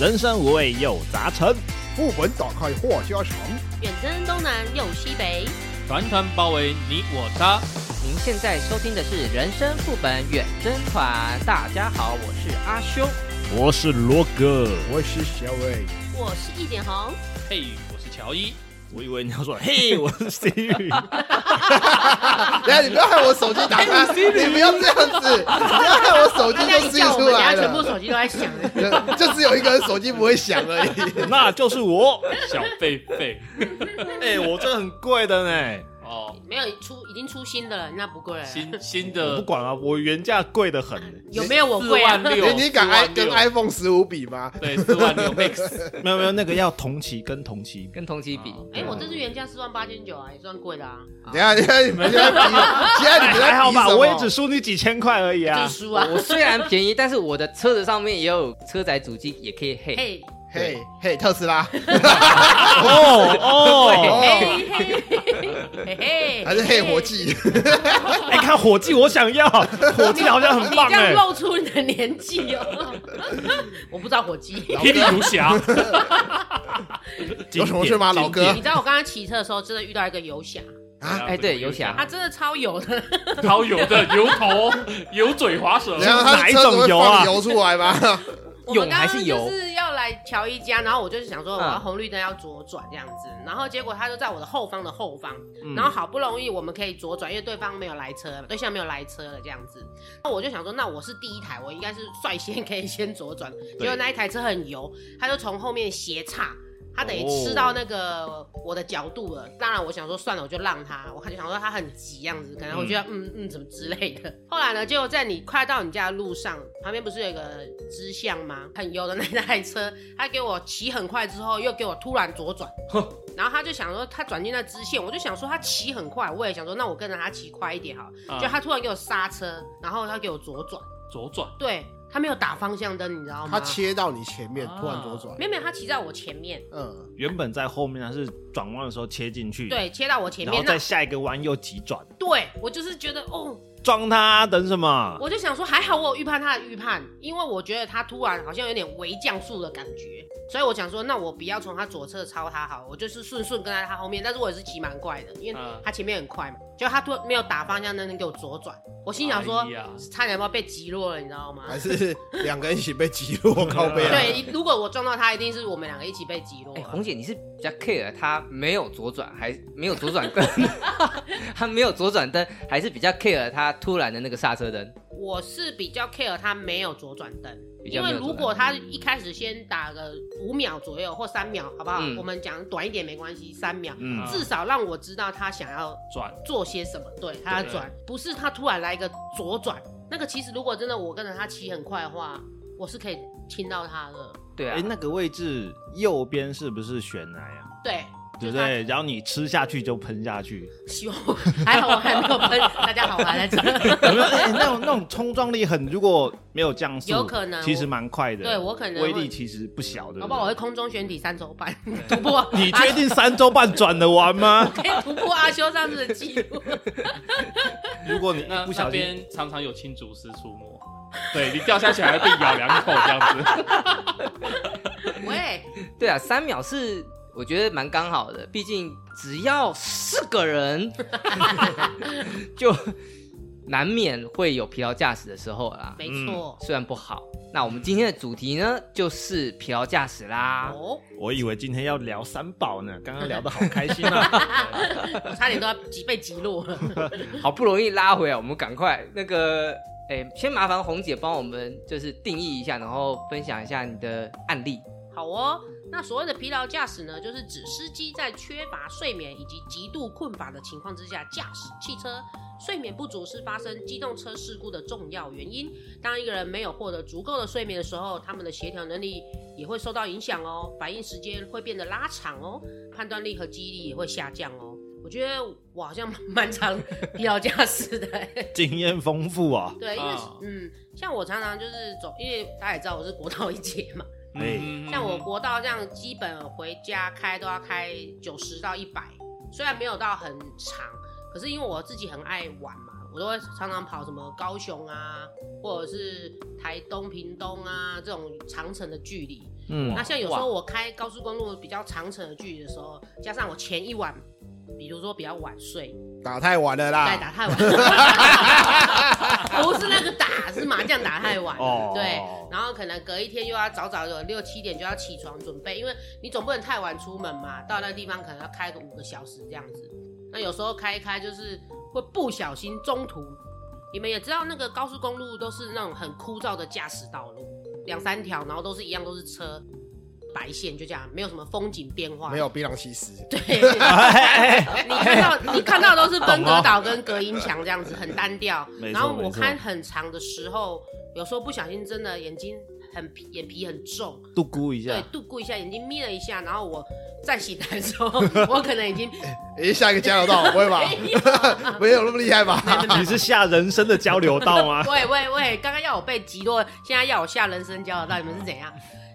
人生无味有杂陈，副本打开话家常，远征东南又西北，团团包围你我他。您现在收听的是《人生副本远征团》，大家好，我是阿修。我是罗哥。我是小伟。我是一点红。嘿，我是乔伊。我以为你要说 嘿，我是 Siri， 等哎一下你不要害我手机打哎开，你不要这样 子，你不要害我手机刚就刚一试叫我出们，等来下全部了。手机都在响。就就只有一个人手机不会响 而已。那就是我。小狒狒。哎、我这很贵的呢，哦，没有出，已经出新的了，那不贵了。新新我不的管啊，我原价贵的很呢。有没有我四贵啊万？六你，你敢4 i 万跟六 iPhone 十五比吗？对四万六 Max， 没有没有，那个要同期跟同期跟同期比， 哎，我这次原价四万八千九啊，也算贵的啊。等一下等一下你们现在比， 现在你们在比还好吧？什么我也只输你几千块而已啊就。输啊。 我虽然便宜，但是我的车子上面也有车载主机，也可以嘿。嘿，嘿嘿特斯拉，哦哦，哦，嘿嘿嘿嘿，还是嘿活计，哎、看火计我想 要，火计好像很你棒这哎样、露出你的年纪哦。 我不知道火鸡，你霹雳如 侠。有什么事吗，老哥？知道我刚刚骑车的时候，真的遇到一个游侠，啊，哎，对，游侠他真的超油的，超油的油头、油嘴 滑舌等一，下他哪的一车种子会油啊放油出来吗？ 我们有刚还是刚就有是要来乔伊家，然后我就是想说，我要嗯红绿灯要左转这样子，然后结果他就在我的后方的后方，嗯然后好不容易我们可以左转，因为对方没有来车，对象没有来车了这样子，那我就想说，那我是第一台，我应该是率先 可以先左转，结果那一台车很油，他就从后面斜插。他等于吃到那个我的角度了，当然我想说算了，我就让他，我就想说他很急样子，可能我觉得嗯嗯怎么之类的。后来呢，结果在你快到你家的路上，旁边不是有一个支巷吗？很油的那台车，他给我骑很快之后，又给我突然左转，然后他就想说他转进那支线，我就想说他骑很快，我也想说那我跟着他骑快一点好了，啊就他突然给我刹车，然后他给我左转，左转对他没有打方向灯，你知道吗？他切到你前面，突然左转，没有没有，他骑在我前面。啊嗯，原本在后面，它是转弯的时候切进去，，对，切到我前然后面，再那下一个弯又急转，对我就是觉得哦，撞它等什么？我就想说还好我有预判他的预判，因为我觉得他突然好像有点微降速的感觉，所以我想说那我不要从他左侧超他好了，我就是顺顺跟在他后面，但是我也是骑蛮快的，因为嗯他前面很快嘛，结果他突然没有打方向灯，能给我左转，我心想说哎呀差点要被击落了，你知道吗？还是两个人一起被挤落靠背啊？对，如果我撞到他，一定是我们两个一起被击落哎，啊。红姐，你是比较 care 他没有左转，还没有左转 灯，他没有左转灯，还是比较 care 他突然的那个刹车灯？我是比较 care 他没有左转灯，比因较为没有左转灯如果他一开始先打个五秒左右或三秒，好不好？嗯我们讲短一点没关系，三秒，嗯啊至少让我知道他想要转做些什么。对，他要转，不是他突然来一个左转，那个其实如果真的我跟着他骑很快的话，我是可以听到他的。对哎、啊，那个位置右边是不是悬崖啊？对，对不就是他对？然后你吃下去就喷下去，希望还好我 还没有喷。大家好，我还在这。有没有？哎那种那种冲撞力很，如果没有降速，有可能其实蛮快的。对我可能威会力其实不小的。好不好？我会空中悬体三周半突破，你确定三周半转得完吗？可以突破阿修上次的记录？如果你那不那小心，边常常有青竹丝出没，对你掉下去还会被咬两口这哎样子。喂。对啊，三秒是我觉得蛮刚好的，毕竟只要是个人， 就难免会有疲劳驾驶的时候啦。没错。虽然不好，那我们今天的主题呢，就是疲劳驾驶啦。哦，我以为今天要聊三宝呢，刚刚聊得好开心啊！我差点都要急被击落 了。好不容易拉回来，我们赶快那个，哎，先麻烦红姐帮我们就是定义一下，然后分享一下你的案例。好哦，那所谓的疲劳驾驶呢，就是指司机在缺乏睡眠以及极度困乏的情况之下驾驶汽车。睡眠不足是发生机动车事故的重要原因。当一个人没有获得足够的睡眠的时候，他们的协调能力也会受到影响哦，反应时间会变得拉长哦，判断力和记忆力也会下降哦。我觉得我好像蛮常 疲劳驾驶的、经验丰富啊，对，因为、啊嗯，像我常常就是走，因为大家也知道我是国道一姐嘛，哎、嗯像我国道这样，基本回家开都要开九十到一百，虽然没有到很长，可是因为我自己很爱玩嘛，我都会常常跑什么高雄啊，或者是台东、屏东啊这种长程的距离。嗯那像有时候我开高速公路比较长程的距离的时候，加上我前一晚，比如说比较晚睡，打太晚了再啦，打 太晚，不是那个打，是麻将打太晚。哦对，然后可能隔一天又要早早的六七点就要起床准备，因为你总不能太晚出门嘛，到那个地方可能要开个五个小时这样子。那有时候开一开就是会不小心中途，你们也知道那个高速公路都是那种很枯燥的驾驶道路，两三条，然后都是一样都是车，白线就这样，没有什么风景变化，没有 槟榔西施， 对， 你看到你看到都是分隔岛跟隔音墙这样子，很单调没。错然后我没错看很长的时候，有时候不小心真的眼睛很皮眼皮很重，度估一下对，，度过一下眼睛眯了一下，然后我再醒来的时 候，我可能已经哎诶，下一个加油道不会吧？ 没有那么厉害吧？你是下人生的交流道吗？喂喂喂，刚刚要我被击落，现在要我下人生交流道，你们是怎样？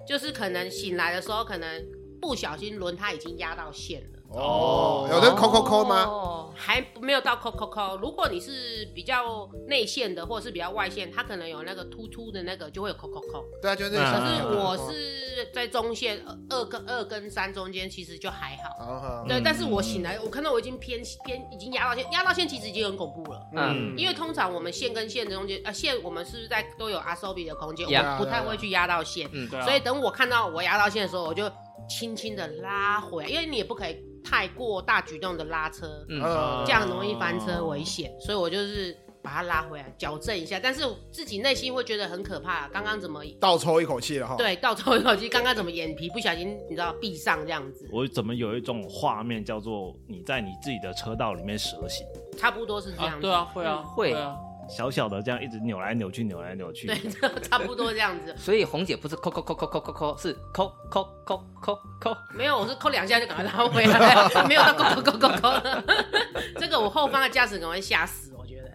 就是可能醒来的时候，可能不小心轮胎已经压到线了。哦，有人扣扣扣吗？哦，还没有到扣扣扣。如果你是比较内线的，或者是比较外线，它可能有那个突突的那个，就会有扣扣扣。对啊，就是那嗯可个。是我是在中线呃二跟二跟三中间，其实就还好。啊，对，嗯但是我醒来，我看到我已经偏偏已经压到线，压到线其实已经很恐怖了。嗯，因为通常我们线跟线的中间，呃，线我们是不是在都有阿 s o b 的空间，我 Yeah 们不太会去压到线。对啊，所以等我看到我压到线的时候，我就轻轻的拉回来，因为你也不可以太过大举动的拉车，嗯呃这样容易翻车危险，所以我就是把它拉回来矫正一下，但是我自己内心会觉得很可怕，啊刚刚怎么倒抽一口气了哈。，对倒抽一口气，刚刚怎么眼皮不小心你知道闭上这样子，我怎么有一种画面叫做你在你自己的车道里面蛇行，差不多是这样啊子，，对啊，会嗯啊，会啊，小小的这样一直扭来扭去，扭来扭去。对， 差不多这样子，所以红姐不是扣扣扣扣扣扣扣，是扣扣扣扣扣。没有，我是扣两下就赶快拉回来，没有到扣扣扣扣扣， 这个我后方的驾驶可能会吓死，我觉得。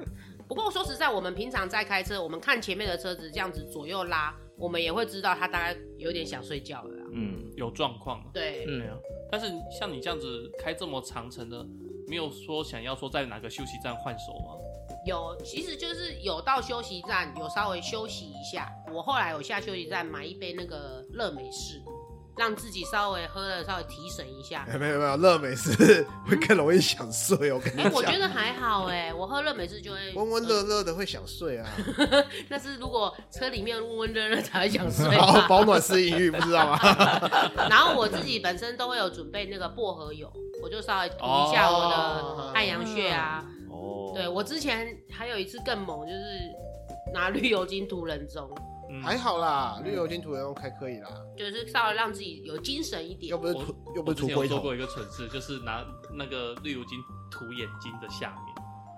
不过说实在，我们平常在开车，我们看前面的车子这样子左右拉，我们也会知道他大概有点想睡觉了啦。嗯，有状况啊。对，嗯对啊，但是像你这样子开这么长程的，没有说想要说在哪个休息站换手吗？有，其实就是有到休息站，有稍微休息一下。我后来有下休息站买一杯那个热美式，让自己稍微喝了稍微提神一下。没有没有，乐美 是会更容易想睡，我跟你哎、我觉讲，得还好哎、我喝热美式就会温温热热的会想睡啊。但是如果车里面温温热热才会想睡啊 然后吧。保暖式抑郁，不知道啊 吗？然后我自己本身都会有准备那个薄荷油，我就稍微涂一下我哦的太阳穴啊。嗯哦，对我之前还有一次更猛，就是拿绿油精涂人中，嗯，还好啦，绿油精涂人还可以啦，就是稍微让自己有精神一点又。不是涂又不我是之涂前有龟做头，过一个蠢事，就是拿那个绿油精涂眼睛的下面，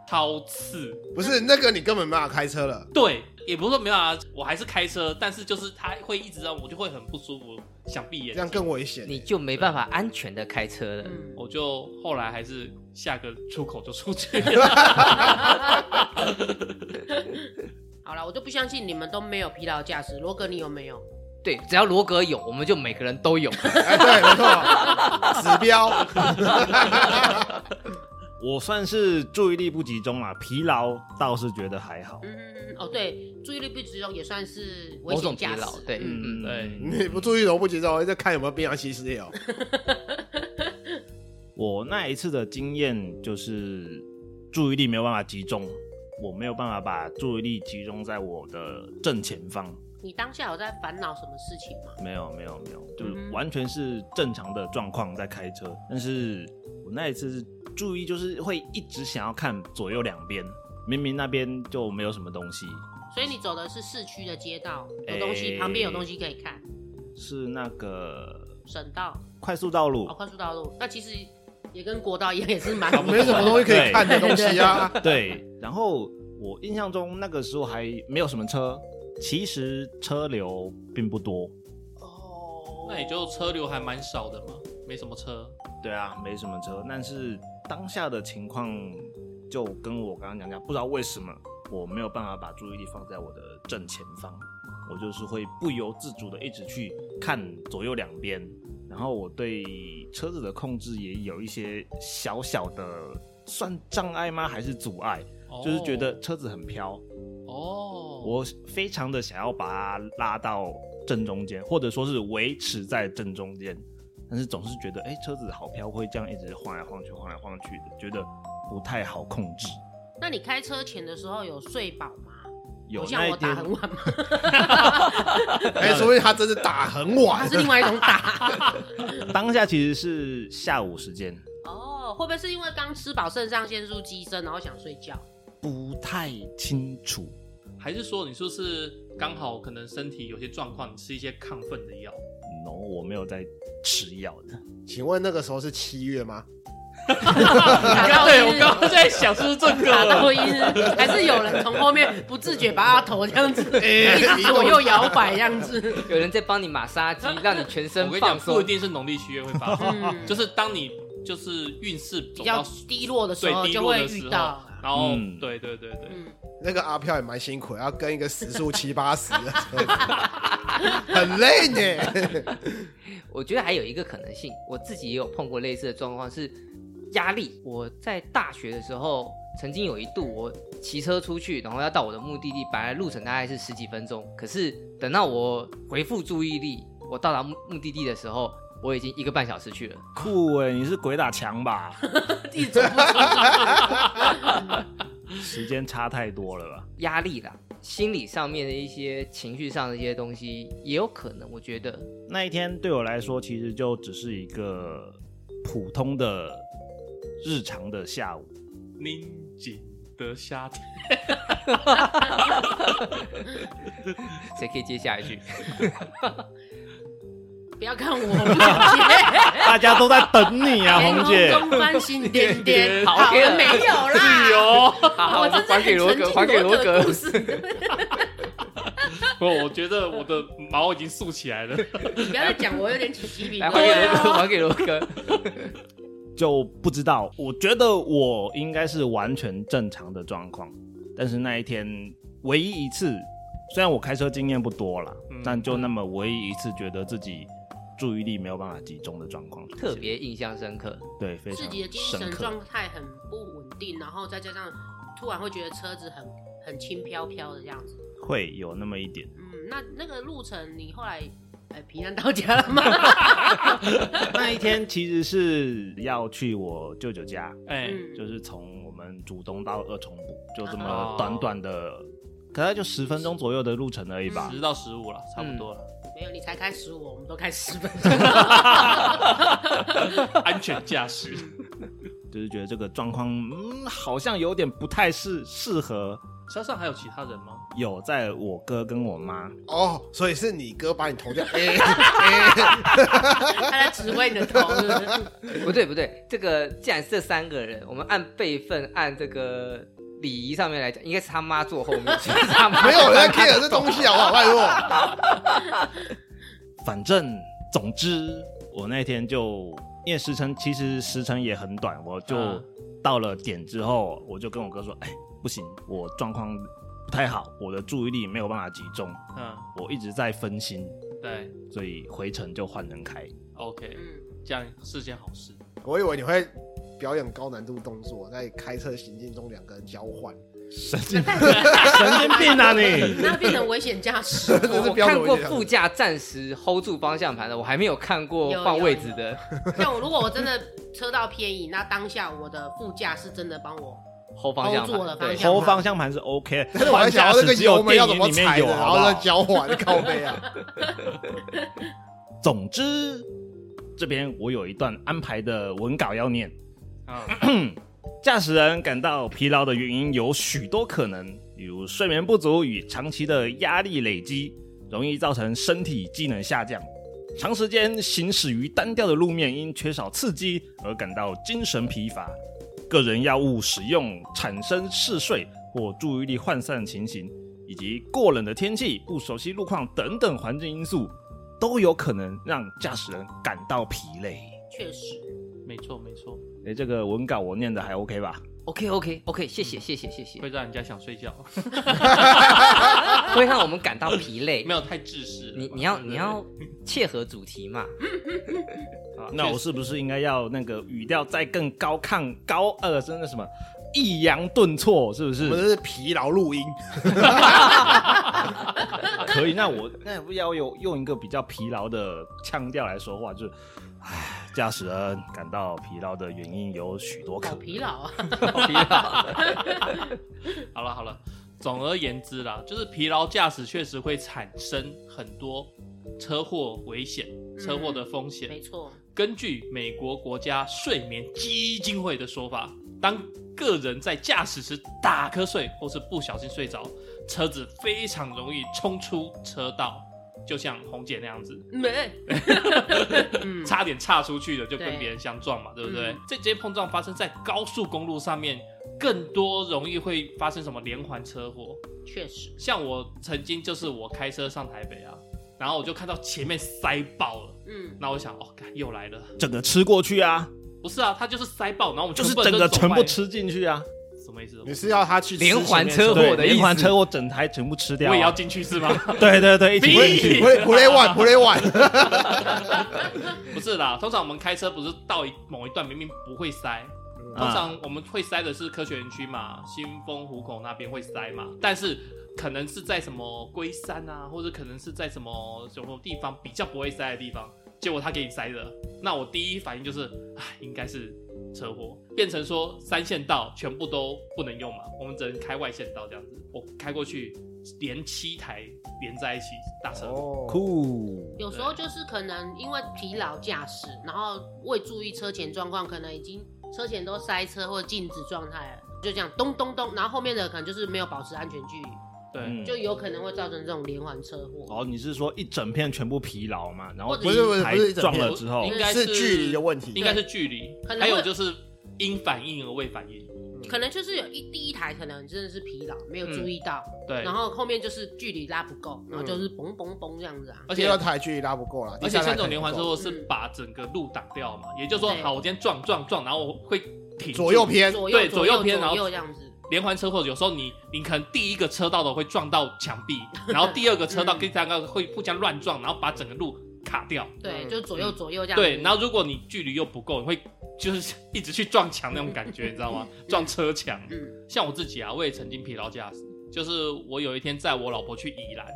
超刺。不是那个你根本没办法开车了。对，也不是说没有啊，我还是开车，但是就是它会一直让我就会很不舒服，想闭眼这样睛。更危险。你就没办法安全的开车了。嗯，我就后来还是下个出口就出 去了。 好了，我就不相信你们都没有疲劳驾驶。罗哥，你有没有？对，只要罗格有，我们就每个人都有。 哎，对，没错， 指标。我算是注意力不集中啦，疲劳倒是觉得还好。嗯，哦，对，注意力不集中也算是危某种险疲驾驶劳，。对，嗯，嗯嗯，对，你不注意容不集中，在看有没有冰洋西施 有。我那一次的经验就是注意力没有办法集中，我没有办法把注意力集中在我的正前方。你当下有在烦恼什么事情吗？没有，没有，没有，就嗯是完全是正常的状况在开车。但是我那一次是注意，就是会一直想要看左右两边，明明那边就没有什么东西，所以你走的是市区的街道，有东西，哎旁边有东西可以看，是那个省道快速道路 哦，，快速道路。那其实也跟国道一样，也是蛮哦没什么东西可以看的东 西啊。对。然后我印象中那个时候还没有什么车，其实车流并不多。哦。那也就车流还蛮少的嘛，没什么车。对啊，没什么车，但是当下的情况就跟我刚刚讲讲，不知道为什么我没有办法把注意力放在我的正前方，我就是会不由自主的一直去看左右两边，然后我对车子的控制也有一些小小的算障碍吗？还是阻碍？就是觉得车子很飘，哦，我非常的想要把它拉到正中间，或者说是维持在正中间，但是总是觉得哎、车子好飘，会这样一直晃来晃去，晃来晃去的，觉得不太好控制。那你开车前的时候有睡饱吗？有不像那一我打天，很晚吗？ 哎，说不定他真的打很晚 它是，另外一种打。当下其实是下午时间，哦，会不会是因为刚吃饱肾上腺素激增，然后想睡 觉？不太清楚。还是说你说是刚好可能身体有些状况，你吃一些亢奋的药？ no，我没有在吃药 的，请问那个时候是七月吗？对，我刚刚在想是不是这打到个，一日，还是有人从后面不自觉把他头这样 子哎一直左右摇摆这样子。有人在帮你马杀 鸡，让你全我身跟你讲，放不一松。定是农历七月会发生， 嗯，就是当你就是运势比走较到低落的时最候低就落会的时遇候，到。啊然后、嗯对对对对，嗯，那个阿飘也蛮辛苦，要跟一个时速七八十的车子，很累呢。我觉得还有一个可能性，我自己也有碰过类似的状况是压力。我在大学的时候，曾经有一度我骑车出去，然后要到我的目的地，本来路程大概是十几分钟，可是等到我回复注意力，我到达目目的地的时候，我已经一个半小时去了。酷哎、你是鬼打墙吧？ 一直不 时间差太多了吧？压力啦，心理上面的一些情绪上的一些东西，也有可能。我觉得那一天对我来说，其实就只是一个普通的日常的下午。拧紧的夏啊天，谁可以接下 一句？不要看我， 红大家都在等你啊，红姐，姐。空哎中翻新点 点，好好，OK 了了没有哦啦？有，好好，我我真们的还给罗很格，沉还浸给罗罗格的故。事，不，我觉得我的毛已经竖起 来了。你不要再讲，我有点起鸡皮 来疙还给罗瘩。格，还给罗格。就不知道。我觉得我应该是完全正常的状况，但是那一天唯一一次，虽然我开车经验不多啦，嗯但就那么唯一一次觉得自己注意力没有办法集中的状况出现，特别印象深刻。对非自常己的精深神刻。状态很不稳定，然后再加上突然会觉得车子很很轻飘飘的这样子。会有那么一 点，嗯，那那个路程你后来呃平安到家 了吗？那一天其实是要去我舅舅家，哎、嗯，就是从我们竹东到二重埔，就这哦么短短的，可能就十分钟左右的路程而已吧。十到十五了，差不多了，没有，你才开十五，我们都开十分钟。 嗯安全驾 驶。就是觉得这个状况，嗯，好像有点不太是适合车上还有其他人吗？有在我哥跟我妈，哦，所以是你哥把你头掉，哎、他在指挥你的头，是不是？不对不对，这个既然是这三个人，我们按辈分、按这个礼仪上面来讲，应该是他妈坐后面，是他妈没有人在 care 这东西好不好？拜托，反正总之我那天就因为时辰其实时辰也很短，我就嗯到了点之后，我就跟我哥说，哎，不行，我状况不太好，我的注意力没有办法集中，嗯，我一直在分心，对所以回程就换人开。 ，OK，嗯，这样是件好事。我以为你会表演高难度动作，在开车行进中两个人交换，神经 神经病啊你！那变成危险驾驶。这是我标看准啊过我讲的副驾暂时 hold 住方向盘的，我还没有看过有换有位有置的。像我如果我真的车道偏移，那当下我的副驾是真的帮我 hold 方向住我的盘，方对，向头方向盘是 OK， 但是我还想要那个油门要怎么只有电踩影里的，面有，然好不后好再交换，靠背啊，总之，这边我有一段安排的文稿要念。啊， 驾驶人感到疲劳的原因有许多可能，比如睡眠不足与长期的压力累积，容易造成身体机能下降；长时间行驶于单调的路面，因缺少刺激而感到精神疲乏；个人药物使用产生嗜睡或注意力涣散情形，以及过冷的天气、不熟悉路况等等环境因素，都有可能让驾驶人感到疲累。确实，没错没错，诶，这个文稿我念的还 OK 吧？ OK OK OK，谢谢谢谢谢谢嗯会，让人家想睡觉，会让我们感到疲累没。有太自私了吧。你你要对你要，切合主题嘛？嗯对对啊那我是不是应该要那个语调再更高亢、高呃，是那什么抑扬顿挫，是不我们是？这是疲劳录音，啊可以。那我那不要有用一个比较疲劳的腔调来说话，就是，唉，驾驶人感到疲劳的原因有许多可好疲劳 啊！疲劳。 好了好了，总而言之啦，就是疲劳驾驶确实会产生很多车祸危险、嗯车祸的风险。没错， 根据美国国家睡眠基金会的说法，当个人在驾驶时打瞌睡或是不小心睡着，车子非常容易冲出车道，就像红姐那样子，没，嗯差点岔出去了，就跟对别人相撞嘛，对不对？嗯这些碰撞发生在高速公路上面，更多容易会发生什么连环车祸。确实，像我曾经就是我开车上台北啊，然后我就看到前面塞爆了，嗯，那我想哦，干又来了。整个吃过去啊，不是啊，他就是塞爆，然后我们就是全部整人个都走全部歪，吃进去啊，什么意思？你是要他去吃连环前面车祸对，的意思连环车祸整台全部吃掉、我也要啊。进去是吗？对对对，一起进屁去。 ？Play Play One Play One，不是啦，通常我们开车不是到一某一段明明不会塞，嗯通常我们会塞的是科学园区嘛，新丰湖口那边会塞嘛，但是可能是在什么龟山啊，或者可能是在什么什么地方比较不会塞的地方，结果他给你塞了，那我第一反应就是，唉，应该是车祸，变成说三线道全部都不能用嘛，我们只能开外线道这样子，我开过去连七台连在一起大车哦祸。哦酷，有时候啊就是可能因为疲劳驾驶，然后未注意车前状况，可能已经车前都塞车或静止状态了，就这样咚咚咚，然后后面的可能就是没有保持安全距离，对，嗯就有可能会造成这种连环车祸。哦，你是说一整片全部疲劳嘛？然后或者不是不是才不是一整撞片了之后应，该是是距离的问应题。该是距离，可能还有会就是因反应而未反应。可能就是有一第一台可能真的是疲劳，没有注意到，嗯对，然后后面就是距离拉不够，然后就是嘣嘣嘣这样子啊。而第且二台距离拉不够了，而第且三台像这种连环车可能祸不是嗯把整个路挡掉嘛，也就是说，对好，我今天撞撞撞，然后我会停够住左右偏，左对右左右右偏然后左右这样子，连环车祸，有时候你你可能第一个车道的会撞到墙壁，然后第二个车道嗯跟第三个会互相乱撞，然后把整个路卡掉。对，嗯就左右左右这样子。对，然后如果你距离又不够，你会就是 一直去撞墙那种感觉，你知道吗？撞车墙。嗯像我自己啊，我也曾经疲劳驾驶，就是我有一天载我老婆去宜兰，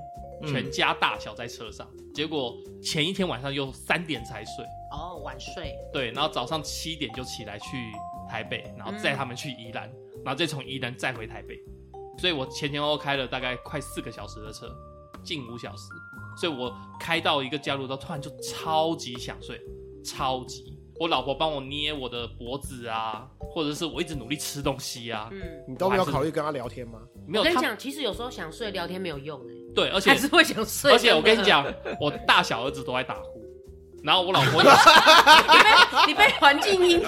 嗯全家大小在车上，结果前一天晚上又三点才睡，哦晚睡，对，然后早上七点就起来去台北，然后嗯载他们去宜兰，然后再从宜兰再回台北，所以我前前后后开了大概快四个小时的车，近五小时，所以我开到一个加路之后，突然就超级想睡，超级。我老婆帮我捏我的脖子啊，或者是我一直努力吃东西啊，嗯。你都没有考虑跟他聊天吗？没有我跟你他讲，其实有时候想睡聊天没有用哎、对，而且还是会想睡。而且我跟真你 的，讲，我大小儿子都在打呼，然后我老婆也，你被环境音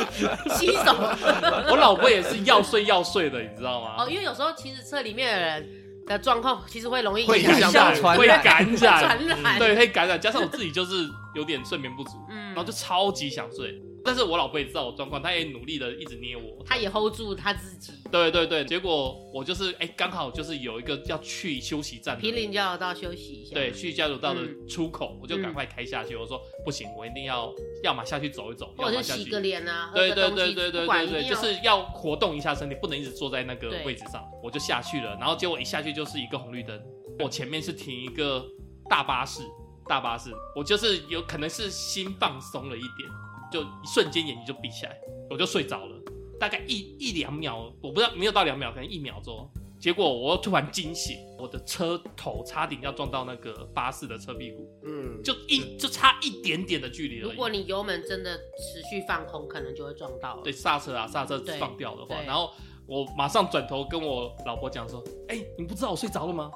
吸走了。我老婆也是要睡要睡的，你知道吗 哦，？因为有时候其实车里面的人的状况其实会容易会影响到到传会染感染，传染。对，，会感染。加上我自己就是有点睡眠不足，哎嗯然后就超级想睡，但是我老婆也知道我状况，她也努力的一直捏我。他也 hold 住他自己。对对对，结果我就是哎，刚好就是有一个要去休息站的毗邻交流道休息一下。对，，去加油道的嗯出口，我就赶快开下去。我说不行，我一定要，要么下去走一走，或要者么是下洗去个脸啊，喝对个东对西，对对对不管对一定对，要就是要活动一下身体，不能一直坐在那个对位置上。我就下去了，然后结果一下去就是一个红绿灯，我前面是停一个大巴士，大巴士，我就是有可能是心放松了一点，就一瞬间眼睛就闭起来，我就睡着了，大概一一两秒，我不知道没有到两秒，可能一秒钟。结果我突然惊醒，我的车头差点要撞到那个巴士的车屁股，嗯，就一就差一点点的距离而已。如果你油门真的持续放空，可能就会撞到了。对刹车啊，刹车对放掉的话，对然后我马上转头跟我老婆讲说：“哎、你不知道我睡着了吗？”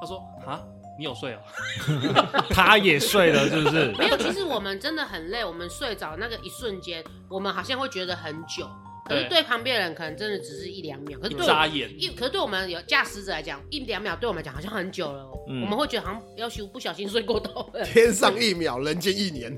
她说：“啊，你有睡哦、他也睡了，是不是？没有，其实我们真的很累，我们睡着那个一瞬间，我们好像会觉得很久，可是对对旁边人可能真的只是一两秒，可是一对眨我眼，一，可是对我们有驾驶者来讲，一两秒对我们来讲好像很久了哦，嗯我们会觉得好像要修不小心睡过头了。天上一秒，人间一 年，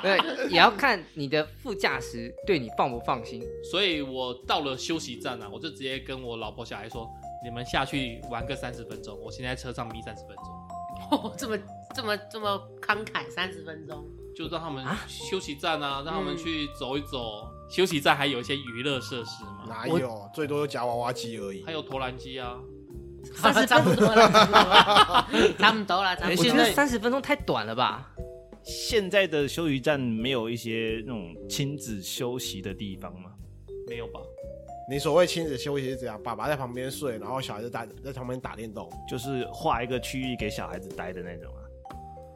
对，也要看你的副驾驶对你放不放心。所以我到了休息站啊，我就直接跟我老婆小孩说：‘你们下去玩个三十分钟，哦我现在车上眯三十分钟。这么这么这么慷慨，三十分钟，’”就让他们休息站啊，让他嗯们去走一走。休息站还有一些娱乐设施嘛，哪有？最多就夹娃娃机而已还。有投篮机啊。差不 差不多了，差不多了，差不我哎现觉多在得了。三十分钟太短了吧？现在的休息站没有一些那种亲子休息的地方吗？没有吧？你所谓亲子休息是这样，爸爸在旁边睡，然后小孩子打在旁边打电动。就是划一个区域给小孩子待的那种啊。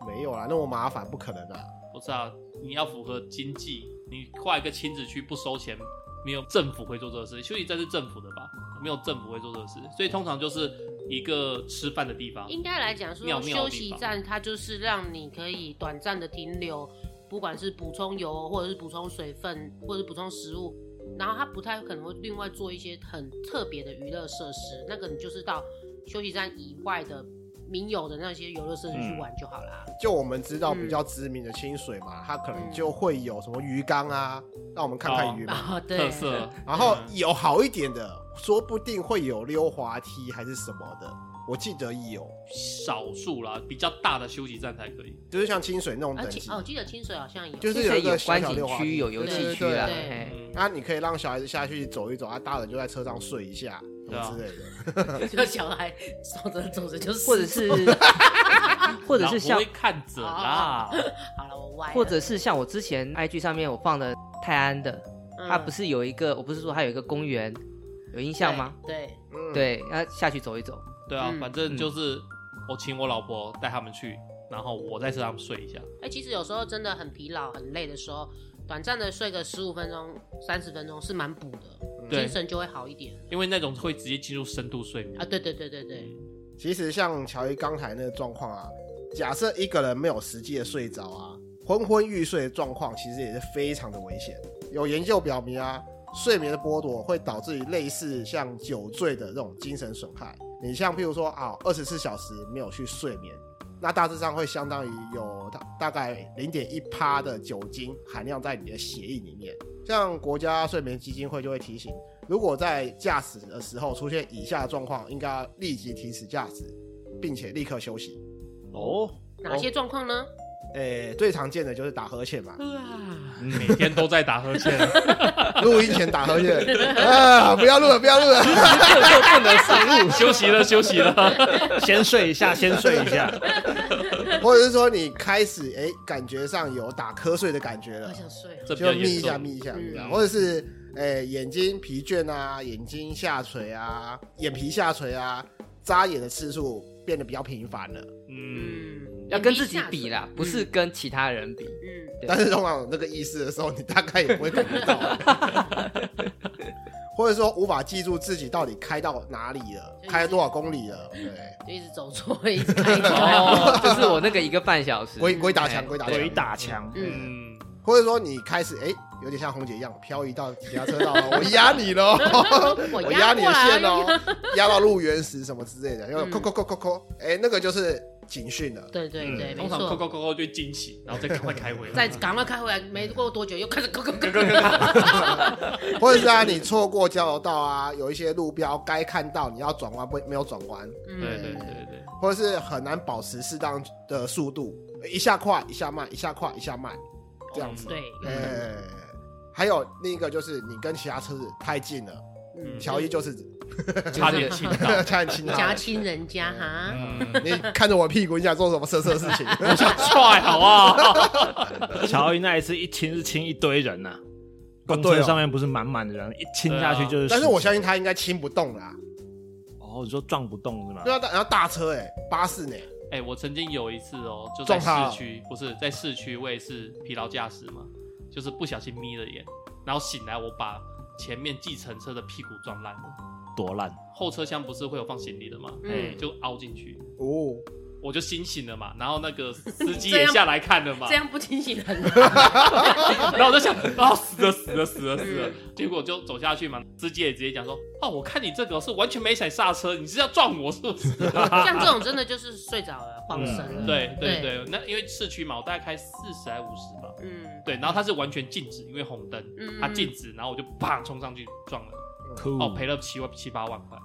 没有啦，那么麻烦，不可能啊。不是啊，你要符合经济，你画一个亲子区不收钱，没有政府会做这个事。休息站是政府的吧？没有政府会做这个事，所以通常就是一个吃饭的地方。应该来讲妙说，妙的休地息方站它就是让你可以短暂的停留，不管是补充油，或者是补充水分，或者是补充食物，然后它不太可能会另外做一些很特别的娱乐设施，那个你就是到休息站以外的民有的那些游乐设施去玩就好啦。就我们知道嗯比较知名的清水嘛，它可能就会有什么鱼缸啊，让我们看看鱼嘛。哦，对特，色，然后有好一点的，说不定会有溜滑梯还是什么的，我记得有，少数啦，比较大的休息站才可以。就是像清水那种而等且级哦，，我记得清水好像有， 就是有水一个有小观小溜景滑区，梯有游戏区啦。对对嘿嗯，啊，你可以让小孩子下去走一走啊，大人就在车上睡一下什对啊么之类的。就小孩走着走着就或者是或者是老像婆会看着哦啦， 好了，我歪了，或者是像我之前 IG 上面我放嗯的泰安的，它不是是有一个，我不是说它有一个公园，有印象吗？？对，嗯，对，那下去走一走。对啊，嗯反正就是我请我老婆带他们去，然后我在车上睡一下。哎、其实有时候真的很疲劳、很累的时候，短暂的睡个十五分钟、三十分钟是蛮补嗯的，嗯对精神就会好一点因为那种会直接进入深度睡眠。啊。对对对对对，其实像乔伊刚才那个状况啊，假设一个人没有实际的睡着啊，昏昏欲睡的状况，其实也是非常的危险。有研究表明啊，睡眠的剥夺会导致于类似像酒醉的这种精神损害。你像譬如说啊，二十四小时没有去睡眠，那大致上会相当于有大大概零点一趴的酒精含量在你的血液里面。像国家睡眠基金会就会提醒，如果在驾驶的时候出现以下状况，应该要立即停止驾驶，并且立刻休息。哦，哪些状况呢？诶、最常见的就是打呵欠嘛，嗯每天都在打呵欠， 录音前打呵欠啊！不要录了，不要录了。 休息了，休息了。 先睡一下，先睡一下。或者是说你开始哎、感觉上有打瞌睡的感觉了我，想睡哦了。这比就较眯一严下重。眯一下眯一下，嗯或者是哎、眼睛疲倦啊，眼睛下垂啊，眼皮下垂啊，眨眼的次数变得比较频繁了。嗯，嗯，要跟自己比啦，眼不皮下垂是。跟其他人比。嗯，嗯对但是通常有那个意识的时候，你大概也不会感觉到，或者说无法记住自己到底开到哪里了，就是开了多少公里了。对，就一直走错，一直开车。 嗯哦，就是我那个一个半小时，鬼鬼打墙，哎鬼打鬼墙，打墙，嗯，嗯，或者说你开始哎、有点像红姐一样漂移到其他车道了，我压你喽，我 我压压你过的来线哦了喽，压到路原石什么之类的，要嗯扣扣扣扣扣，哎，那个就是警讯了。 对对对，没通常嗯扣错。扣扣扣就惊喜，然后再赶快开回来。再赶快开回来，没过多久又开始咯咯咯咯或者是啊，你错过交流道啊，有一些路标该看到你要转弯不没有转弯，嗯， 对对对对，或者是很难保持适当的速度，一下快一下慢，一下快一下慢，这样子。对，哎、还有另一个就是你跟其他车子太近了，嗯乔伊就是差点气到。 差点亲夹他，亲人家哈，嗯，你看着我屁股，你想做什么色色的事情？踹好不好？ 乔伊那一次一亲是亲一堆人呐、哦公对车哦啊上面不是满满的人，一亲下去就是十几。但是我相信他应该亲不动啦、哦，你说撞不动是吗？对啊，然后大车哎、巴士呢、哎，我曾经有一次哦，就在撞他哦市区，不是在市区，我也是疲劳驾驶嘛，就是不小心眯了眼，然后醒来我把前面计程车的屁股撞烂了，多烂！后车厢不是会有放行李的吗？嗯，就凹进去，哦，我就清醒了嘛，然后那个 司机也下来看了嘛这，样不清醒很然后我就想，啊死了死了死了死了，嗯结果就走下去嘛，司机也直接讲说，哦我看你这个是完全没踩刹车，你是要撞我是不是？ 啊像这种真的就是睡着了，晃神了。嗯对对对对，那因为市区嘛，我大概开四十还五十吧，嗯对，然后它是完全静止，因为红灯，嗯，嗯它静止，然后我就砰冲上去撞了，酷哦赔了七万七八万块，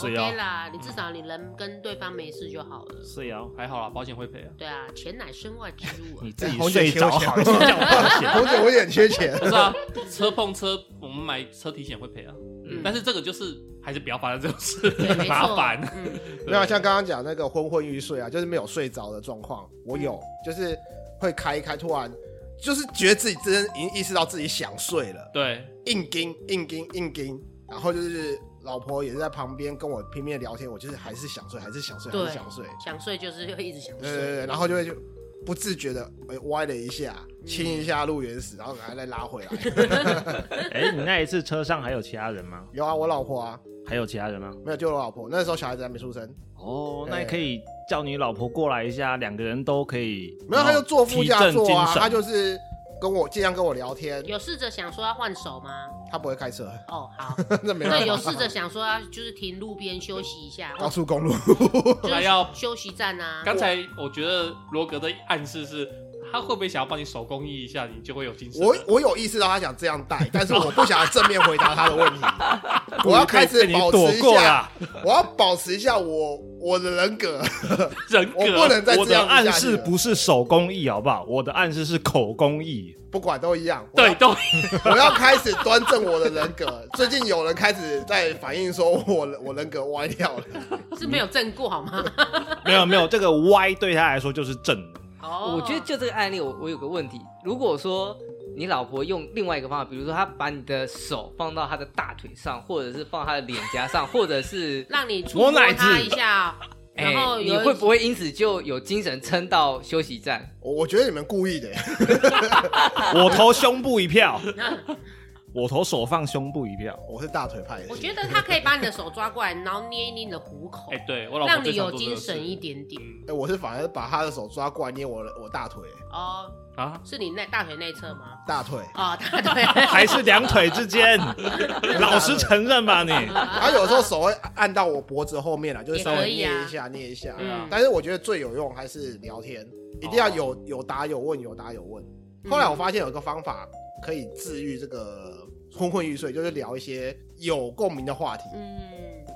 是要 OK 啦，你至少你人跟对方没事就好了。是要，还好啦，保险会赔啊。对啊，钱乃身外之物哦啊你。自己红睡 姐着缺好钱像保险。红姐我有点缺钱，不是啊， 车碰车，我们买车体险会赔啊。嗯但是这个就是还是不要发生这种事对，没， 麻错烦。。嗯，对没有像刚刚讲那个昏昏欲睡啊，就是没有睡着的状况，我有，就是会开一开，突然就是觉得自己真已经意识到自己想睡了，对，硬盯硬盯硬盯，然后就是老婆也是在旁边跟我拼命地聊天，我就是还是想睡，还是想睡，还对是想睡，想睡就是会一直想对对对，睡。对然后就会就不自觉的哎歪了一下，嗯亲一下路缘石，然后赶快再拉回来。 哎，你那一次车上还有其他人吗？有啊，我老婆啊，还有其他人吗？没有就我老婆，那时候小孩子还没出生，哦，那也可以叫你老婆过来一下，两个人都可以。没有他就坐副驾提振坐精啊，神他就是跟我尽量跟我聊天，有试着想说要换手吗？他不会开车， 哦，好。那没办对，有法，哦试着想说要就是停路边休息一下，高或速公路。就还是要休息站啊。刚才我觉得罗格的暗示是，他会不会想要帮你手工艺一下，你就会有精神了？我我有意识到他想这样带，但是我不想正面回答他的问题， 我要开始被你保躲持一过啊下啦， 我要保持一下我我的人格，人我格不能再我这的样子暗下去示了不是手工艺，好不好？我的暗示是口工艺。 不管都一样，我对都我要开始端正我的人格。 最近有人开始在反映说我我人格歪掉了，是没有正过好吗？没有没有，这个 Y 对他来说就是 正的。哦，我觉得就这个案例，我我有个问题，如果说你老婆用另外一个方法，比如说她把你的手放到她的大腿上，或者是放她的脸颊上，或者是让你触我摸奶子他一下，哦哎然后你有一会不会因此就有精神撑到休息站？我我觉得你们故意的，我投胸部一 票，我投手放胸部一票。我是大腿派的。我觉得他可以把你的手抓过来，然后捏一捏你的虎口哎，，对我老婆让最你想有做这个精事神一点点。嗯哎、我是反而把他的手抓过来捏我的我大腿，哦，啊，是你那大腿内侧吗？大腿，哦，大 腿。还是两腿之间，老实承认吧你。然后有时候手会按到我脖子后面啦，就是稍也可微以捏啊一下、捏一下。啊嗯但是我觉得最有用还是聊天，一定要有有答有问，有答有问。嗯后来我发现有一个方法可以治愈这个昏昏欲睡，就是聊一些有共鸣的话题。嗯，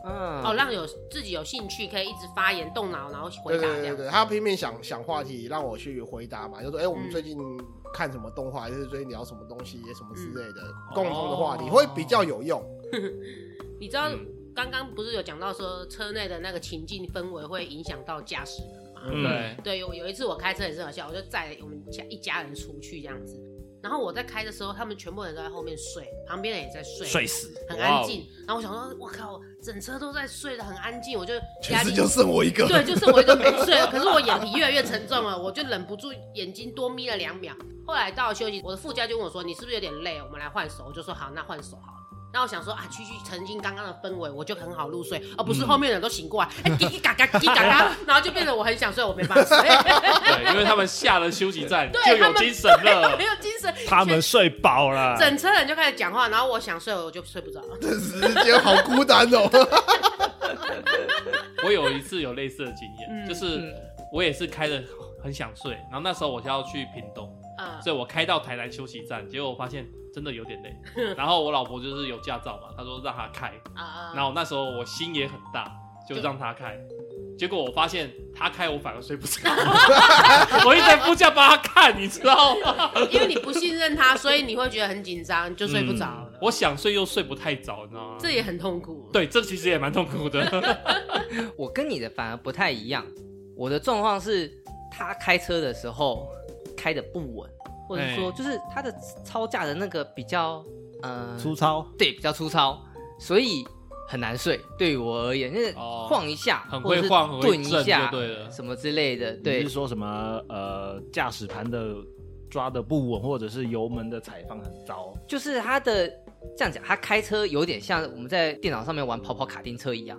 嗯，哦，让有自己有兴趣，可以一直发言、动脑，然后回对答对这对样。对，他拼命想想话题让我去回答嘛，就说哎、我们嗯最近看什么动画，还是最近聊什么东西，什么之类的，嗯共同的话题哦会比较有用。 你知道嗯刚刚不是有讲到说车内的那个情境氛围会影响到驾驶人吗？嗯对，对，有有一次我开车也是好笑，我就载我们家一家人出去这样子，然后我在开的时候，他们全部人都在后面睡，旁边人也在睡，睡死，很哦安静。然后我想说，我靠，整车都在睡的很安静，我就全压力是就剩我一个，对，就是我一个没睡了，可是我眼皮越来越沉重了，我就忍不住眼睛多眯了两秒。后来到了休息，我的副驾就问我说：“你是不是有点累？我们来换手。”我就说：“好，那换手好了。”那我想说啊，区区沉浸刚刚的氛围，我就很好入睡，而、不是嗯后面的人都醒过来，哎、叽叽嘎嘎叽嘎 嘎，然后就变得我很想睡，我没办法睡，对，因为他们下了休息 站对就有他们精神 了没。有精神。他们睡饱了。啊整车人就开始讲话，然后我想睡，我就睡不着。这时间好孤单 哦。 我有一次有类似的经验，嗯就是我也是开的很想睡，然后那时候我就要去屏东，嗯，所以我开到台南休息站，结果我发现真的有点 累。然后我老婆就是有驾照嘛，她说让她开，啊然后那时候我心也很大，就让她开。结果我发现她开我反而睡不着， 我一直在副驾帮她看，你知道吗？因为你不信任他，所以你会觉得很紧张，就睡不着了。嗯我想睡又睡不太着，你知道吗？这也很痛苦。对，这其实也蛮痛苦的。我跟你的反而不太一样，我的状况是她开车的时候开的不稳，或者说哎就是她的超架的那个比较呃粗糙，对，比较粗糙，所以很难睡。对于我而言，就是哦晃一下，很或者会是晃很会顿一震下，就对了嗯什么之类的。你对是，说什么呃驾驶盘的抓的不稳，或者是油门的踩放很糟？就是他的这样讲，他开车有点像我们在电脑上面玩跑跑卡丁车一样，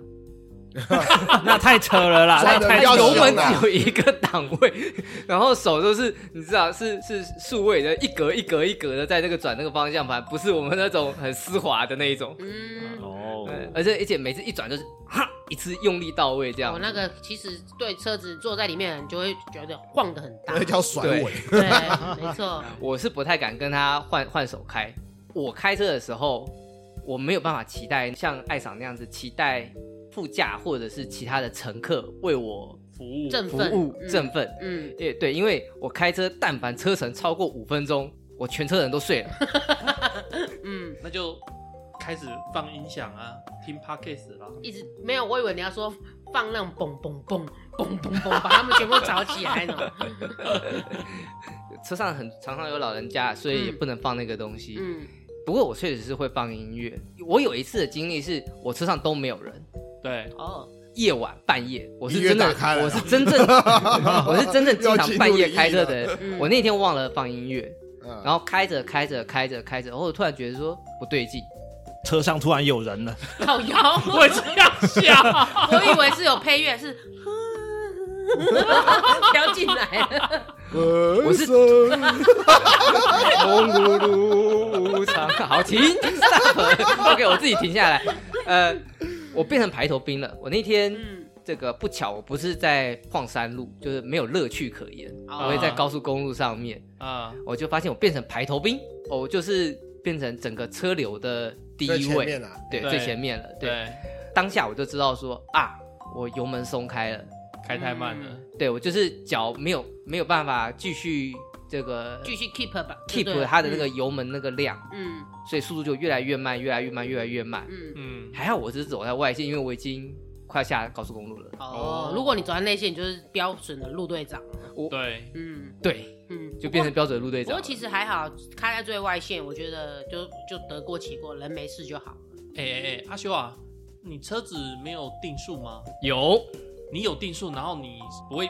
那太扯了 啦，那算了太不要扯油凶门了。只啦有一个档位， 然后手都是你知道是是数位的，一格一格一格的在那个转那个方向盘，不是我们那种很丝滑的那一种。嗯， 哦，对，而且而且每次一转就是哈一次用力到位这样哦，。那个其实对车子坐在里面的人就会觉得晃得很大那，叫甩 对尾。对，没 错，我是不太敢跟他换换手开。我开车的时候，我没有办法期待像艾赏那样子期待副驾或者是其他的乘客为我服务振服奋务嗯振奋。嗯，也对，因为我开车，但凡车程超过五分钟，我全车人都睡了。嗯，那就开始放音响啊，听 podcast 啦。一直没有，我以为你要说放那种嘣嘣嘣嘣嘣嘣，把他们全部吵起来那种。 车上很常常有老人家，所以也嗯不能放那个东西。嗯不过我确实是会放音乐。我有一次的经历是我车上都没有人，对，哦，夜晚半夜，我是音乐真的打开，了我是真正， 我是真 正经常半夜开车的进入要灵异人。了我那天忘了放音乐，嗯，然后开着开着开着开着，然后我突然觉得说不对劲， 车上突然有人了，靠摇，我也这样 想。我以为是有配乐， 是飘进来 了。我我是红噜噜无常，好停 stop，OK，我自己停下来。呃，我变成排头兵了。我那天嗯，这个不巧，我不是在矿山路，就是没有乐趣可言，哦我会在高速公路上面，啊，我就发现我变成排头兵，哦我就是变成整个车流的第最一前位，面啊，对，对最前面了。对，对，当下我就知道说啊，我油门松开了，开太慢了。对我就是脚没有没有办法继续这个继续 keep 吧 keep 它的那个。油门那个量，嗯所以速度就越来越慢，越来越慢，越来越慢。嗯嗯。嗯，还好我是走在外线，因为我已经快下高速公路了。哦，如果你走在内线，你就是标准的路队长。对，嗯对，嗯，就变成标准的路队不过。不过长了。其实还好，开在最外线，我觉得就就得过且过，人没事就好。哎哎哎，阿修啊，你车子没有定速吗？有，你有定速，然后你不会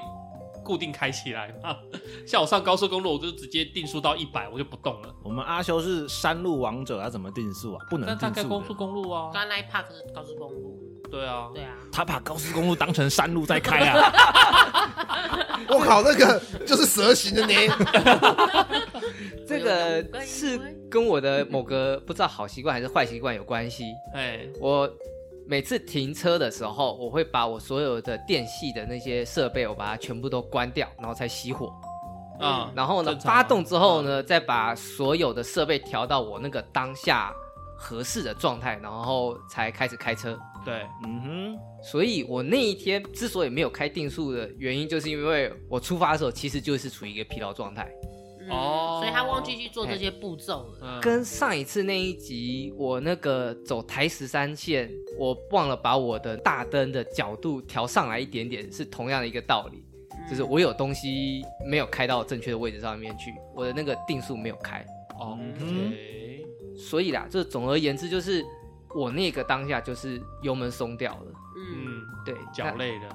固定开起来吗？ 像我上高速公路，我就直接定速到一百，我就不动了。我们阿修是山路王者，他怎么定速啊？不但能他定开高速速的。公路啊，刚刚那一 park 是高速公路，对啊，对啊，他把高速公路当成山路在开 啊！ 我靠，那个就是蛇形的呢，这个是跟我的某个不知道好习惯还是坏习惯有关系。哎，我每次停车的时候，我会把我所有的电系的那些设备，我把它全部都关掉，然后才熄火。啊，嗯然后呢，正常啊发动之后呢，再把所有的设备调到我那个当下合适的状态，然后才开始开车。对，嗯所以我那一天之所以没有开定速的原因，就是因为我出发的时候其实就是处于一个疲劳状态，嗯哦所以他忘记去做这些步骤了。嗯，跟上一次那一集我那个走台十三线，我忘了把我的大灯的角度调上来一点点，是同样的一个道理，嗯就是我有东西没有开到正确的位置上面去，我的那个定速没有开。哦嗯嗯嗯 OK，所以啦，这总而言之就是我那个当下就是油门松掉了，嗯嗯，对，脚那累了，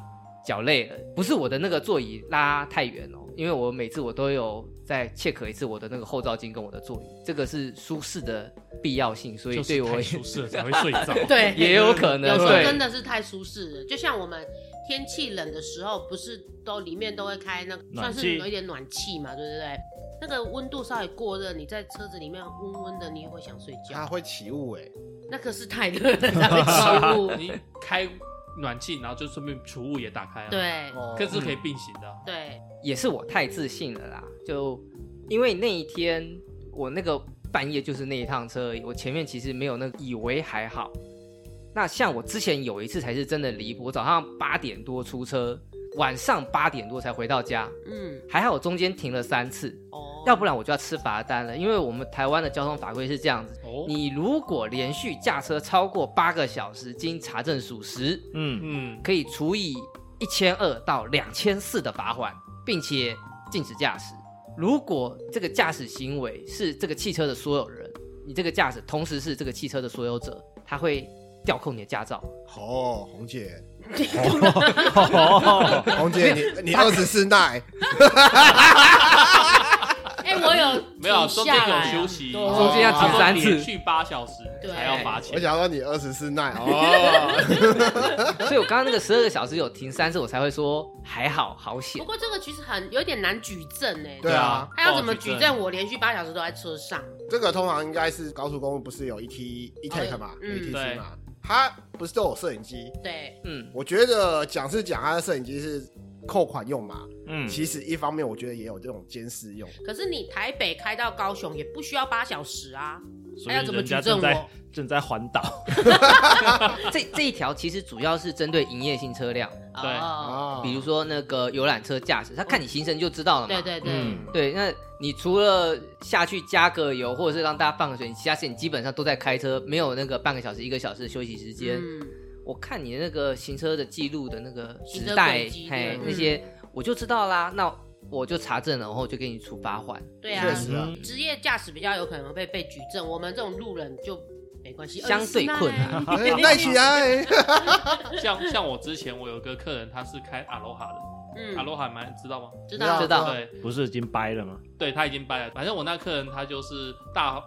脚累了，不是我的那个座椅拉太远哦，因为我每次我都有再 check 一次我的那个后照镜跟我的座椅，这个是舒适的必要性，所以就是对我太舒适了才会睡 着。 对 也有可有能时候真对。的是太舒适了，就像我们天气冷的时候，不是都里面都会开那个，暖算气是有一点暖气嘛，对不对？那个温度稍微过热，你在车子里面温温的，你也会想睡它觉。会起雾哎，那可是太热了，才会 起雾。你开暖气，然后就顺便储物也打开啊，，对这是可以并行的啊。对，也是我太自信了啦，就因为那一天我那个半夜就是那一趟车而已，我前面其实没有那个以为还好。那像我之前有一次才是真的离谱，我早上八点多出车，晚上八点多才回到家，嗯，还好我中间停了三次，哦，要不然我就要吃罚单了。因为我们台湾的交通法规是这样子，哦，嗯你如果连续驾车超过八个小时，经查证属实，嗯，嗯，可以处以一千二到两千四的罚款，并且禁止驾驶。如果这个驾驶行为是这个汽车的所有人，你这个驾驶同时是这个汽车的所有者，他会调控你的 驾照。哦，红姐， 哦，红姐，你你二十四耐， 哎、我有没有，停中下间有来啊休息，哦对中间要他停说三次连续八小时对才要罚我钱。想说你二十四耐 哦，所以我刚刚那个十二个小时有停三次，我才会说还好好险不。过这个其实很有点难举证哎、对啊，他要怎么举证？我连续八小时都在车上，这个通常应该是高速公路不是有一 T 一 take 嘛，有嗯一 T 对 C 嘛，它不是都有摄影机？对，嗯，我觉得讲是讲，它的摄影机是扣款用嘛，嗯，其实一方面我觉得也有这种监视用。可是你台北开到高雄也不需要八小时啊，所还以要怎么人举家正证在我？哦正在环岛，这这一条其实主要是针对营业性车辆，对哦，啊，比如说那个游览车驾驶，他看你行程就知道了对嘛。对对，嗯，对，那你除了下去加个油，或者是让大家放个水，你其他事情基本上都在开车，没有那个半个小时、一个小时的休息时间。嗯我看你那个行车的记录的那个行时车代轨迹，对，嘿嗯那些我就知道啦。那我就查证了，然后就给你处罚款。对啊确，实啊，嗯职业驾驶比较有可能会被举证，我们这种路人就没关系，相对困难29哎耐起来，像像我之前我有个客人，他是开阿罗哈的，阿嗯，罗哈蛮知道吗？知啊道知道对不是已经掰了吗？对，他已经掰了。反正我那客人他就是大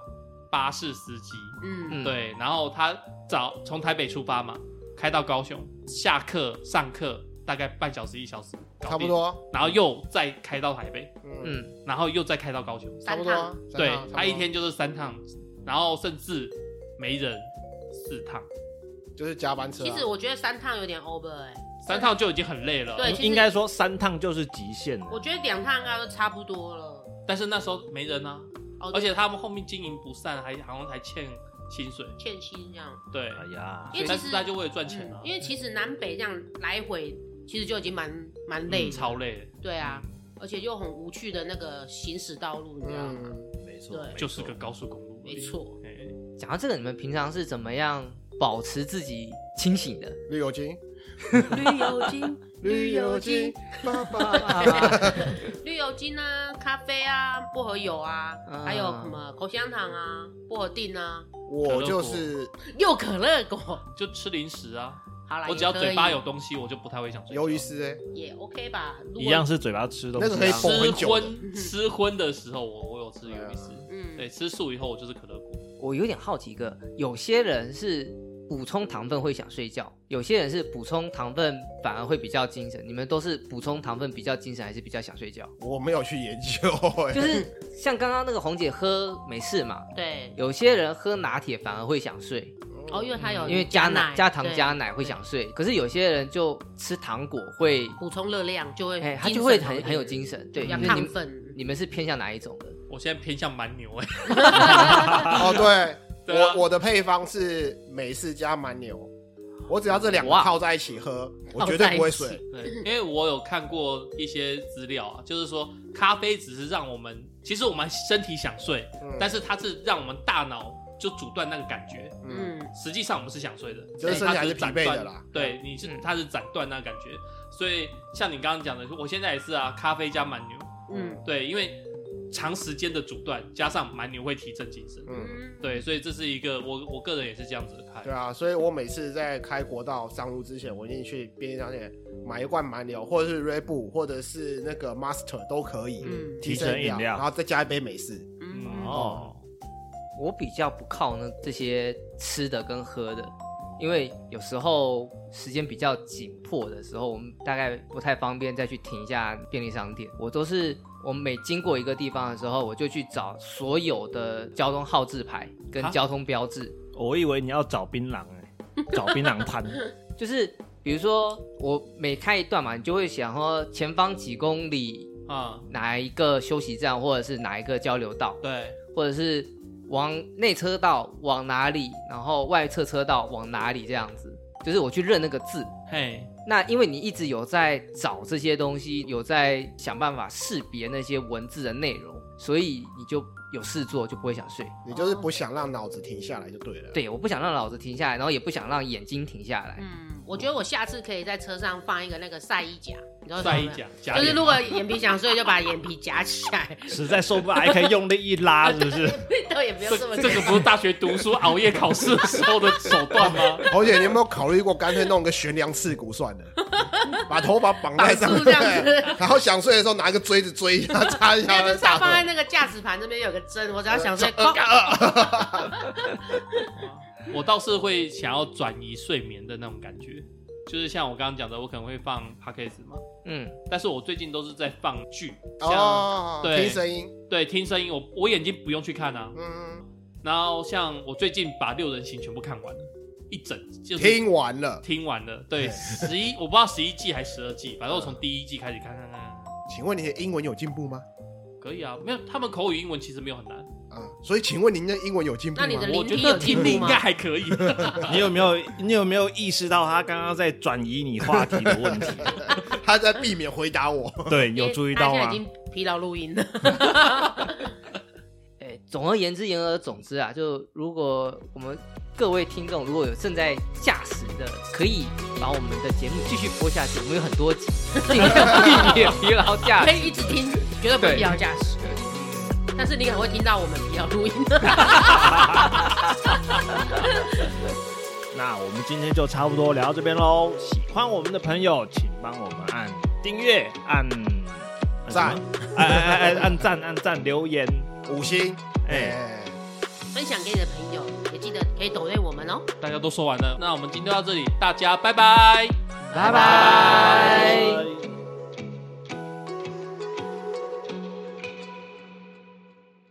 巴士司机，嗯嗯对，然后他早从台北出发嘛，开到高雄，下课上课大概半小时一小时，搞定差不，多，然后又再开到台北，嗯，嗯，然后又再开到高雄，差三不多啊趟，，三对趟差不多他一天就是三趟，然后甚至没人四趟，就是加班车啊，其实我觉得三趟有点 over 哎，三趟就已经很累了。对其实应该说三趟就是极限了。我觉得两趟应该都差不多了，但是那时候没人啊，哦而且他们后面经营不善，还好像还欠薪水，欠薪这样，对，哎呀，因为其但实是他就为了赚钱啊嗯，因为其实南北这样来回其实就已经蛮蛮累的，累嗯超累的，对啊，而且又很无趣的那个行驶道路，你知道吗？嗯，没错对，没错就是个高速公路，没。错，哎讲到这个，你们平常是怎么样保持自己清醒的？ 绿油精，绿油精， 绿 油精，爸爸，绿油精啊，咖啡啊，薄荷油啊，嗯还有什么口香糖啊，薄荷锭啊，我就是又可乐果。 就吃零食啊，好啦，我只要嘴巴有东西，我就不太会想睡觉。啊鱿鱼丝哎，也可以也 OK 吧，如果一样。是嘴巴吃东西啊，那个可以吃缝很久啊的荤吃荤的时候，我我有吃鱿鱼丝，嗯，对，吃素以后我就是可乐果。我有点好奇一个，有些人是补充糖分会想睡觉，有些人是补充糖分反而会比较精神。你们都是补充糖分比较精神，还是比较想睡觉？ 我没有去研究哎，就是像刚刚那个红姐喝美式嘛，对，有些人喝拿铁反而会想睡，哦，因为它有嗯因为加奶奶、加糖、对加奶会想睡。可是有些人就吃糖果会，补充热量，就会哎，他精就神会好一很点很有精神。对，要就是你亢们奋。你们是偏向哪一种的？我现在偏向蛮 牛哎，哦对，对啊我我的配方是美式加蛮牛，我只要这两个哇泡在一起喝，我泡绝在对一不会起睡。对，因为我有看过一些资料啊，就是说咖啡只是让我们，其实我们身体想睡，嗯但是它是让我们大脑就阻断那个感觉，嗯，嗯，实际上我们是想睡的，哎就是身体还它只是是疲斩惫的断啦。嗯对，你是它是斩断那个感觉，所以像你刚刚讲的，我现在也是啊，咖啡加蛮牛，嗯对，因为长时间的阻断加上蛮牛会提振精神，嗯，嗯，对，所以这是一个我我个人也是这样子的开对，啊，所以我每次在开国道上路之前，我一定去便利商店买一罐蛮牛，或者是 Red Bull，或者是那个 Master 都可以，嗯提神提神饮饮料，料然后再加一杯美式。嗯嗯，哦，我比较不靠那这些吃的跟喝的，因为有时候时间比较紧迫的时候，我们大概不太方便再去停一下便利商店。我都是我每经过一个地方的时候，我就去找所有的交通号志牌跟啊交通标志，我以为你要找槟榔哎，找槟榔摊，就是比如说我每开一段嘛，你就会想说前方几公里啊、哪一个休息站，或者是哪一个交流道。对，或者是往内车道往哪里，然后外侧车道往哪里这样子，就是我去认那个字。嘿，那因为你一直有在找这些东西，有在想办法识别那些文字的内容，所以你就有事做，就不会想睡。你就是不想让脑子停下来就对哦了。，对，我不想让脑子停下来，然后也不想让眼睛停下来。嗯，我觉得我下次可以在车上放一个那个晒衣夹，你知道再一夹，讲，假就是脸如果眼皮想睡，就把眼皮夹起来， 实在受不了，还可以用力一拉，是不是？倒也不用这这么这个不是大学 读书熬夜考试的时候的手段吗？侯姐，你有没有考虑过干脆弄个悬梁刺股算 了，把头发绑在上绑面，住这样 子然后想睡的时候拿一个锥子锥一下，插一 那下就再是要打放在那个驾驶盘这边有个针，我只要想睡，哐我倒是会想要转移睡眠的那种感觉，就是像我刚刚讲的，我可能会放 podcast 嘛，嗯，但是我最近都是在放剧，像、哦，对听声音，对听声音，我我眼睛不用去看啊。嗯，然后像我最近把《六人行》全部看完了，一整就是听完了，听完了，对 对十一我不知道十一季还是十二季，反正我从第一季开始看看看，请问你的英文有进步吗？可以啊，没有他们口语英文其实没有很难，啊。所以，请问您的英文有进步吗？那你的我聆觉听得有听进力步应吗该？还可以。 你有没有你有没有意识到他刚刚在转移你话题的问题？他在避免回答我。对，有注意到因为他吗现？在已经疲劳录音了。哎，总而言之，言而总之啊，就如果我们各位听众如果有正在驾驶的，可以把我们的节目继续播下去，我们有很多集，尽量避免疲劳驾可 驶。以一直听，绝对不会疲劳驾驶。但是你可能会听到我们疲劳录音 的。那我们今天就差不多聊到这边喽。喜欢我们的朋友，请帮我们按订阅、按按赞什么哎哎哎哎，按赞、按赞、留言。五星，哎哎，分享给你的朋友，也记得可以抖内我们哦。大家都说完了，那我们今天就到这里，大家拜拜。拜拜。拜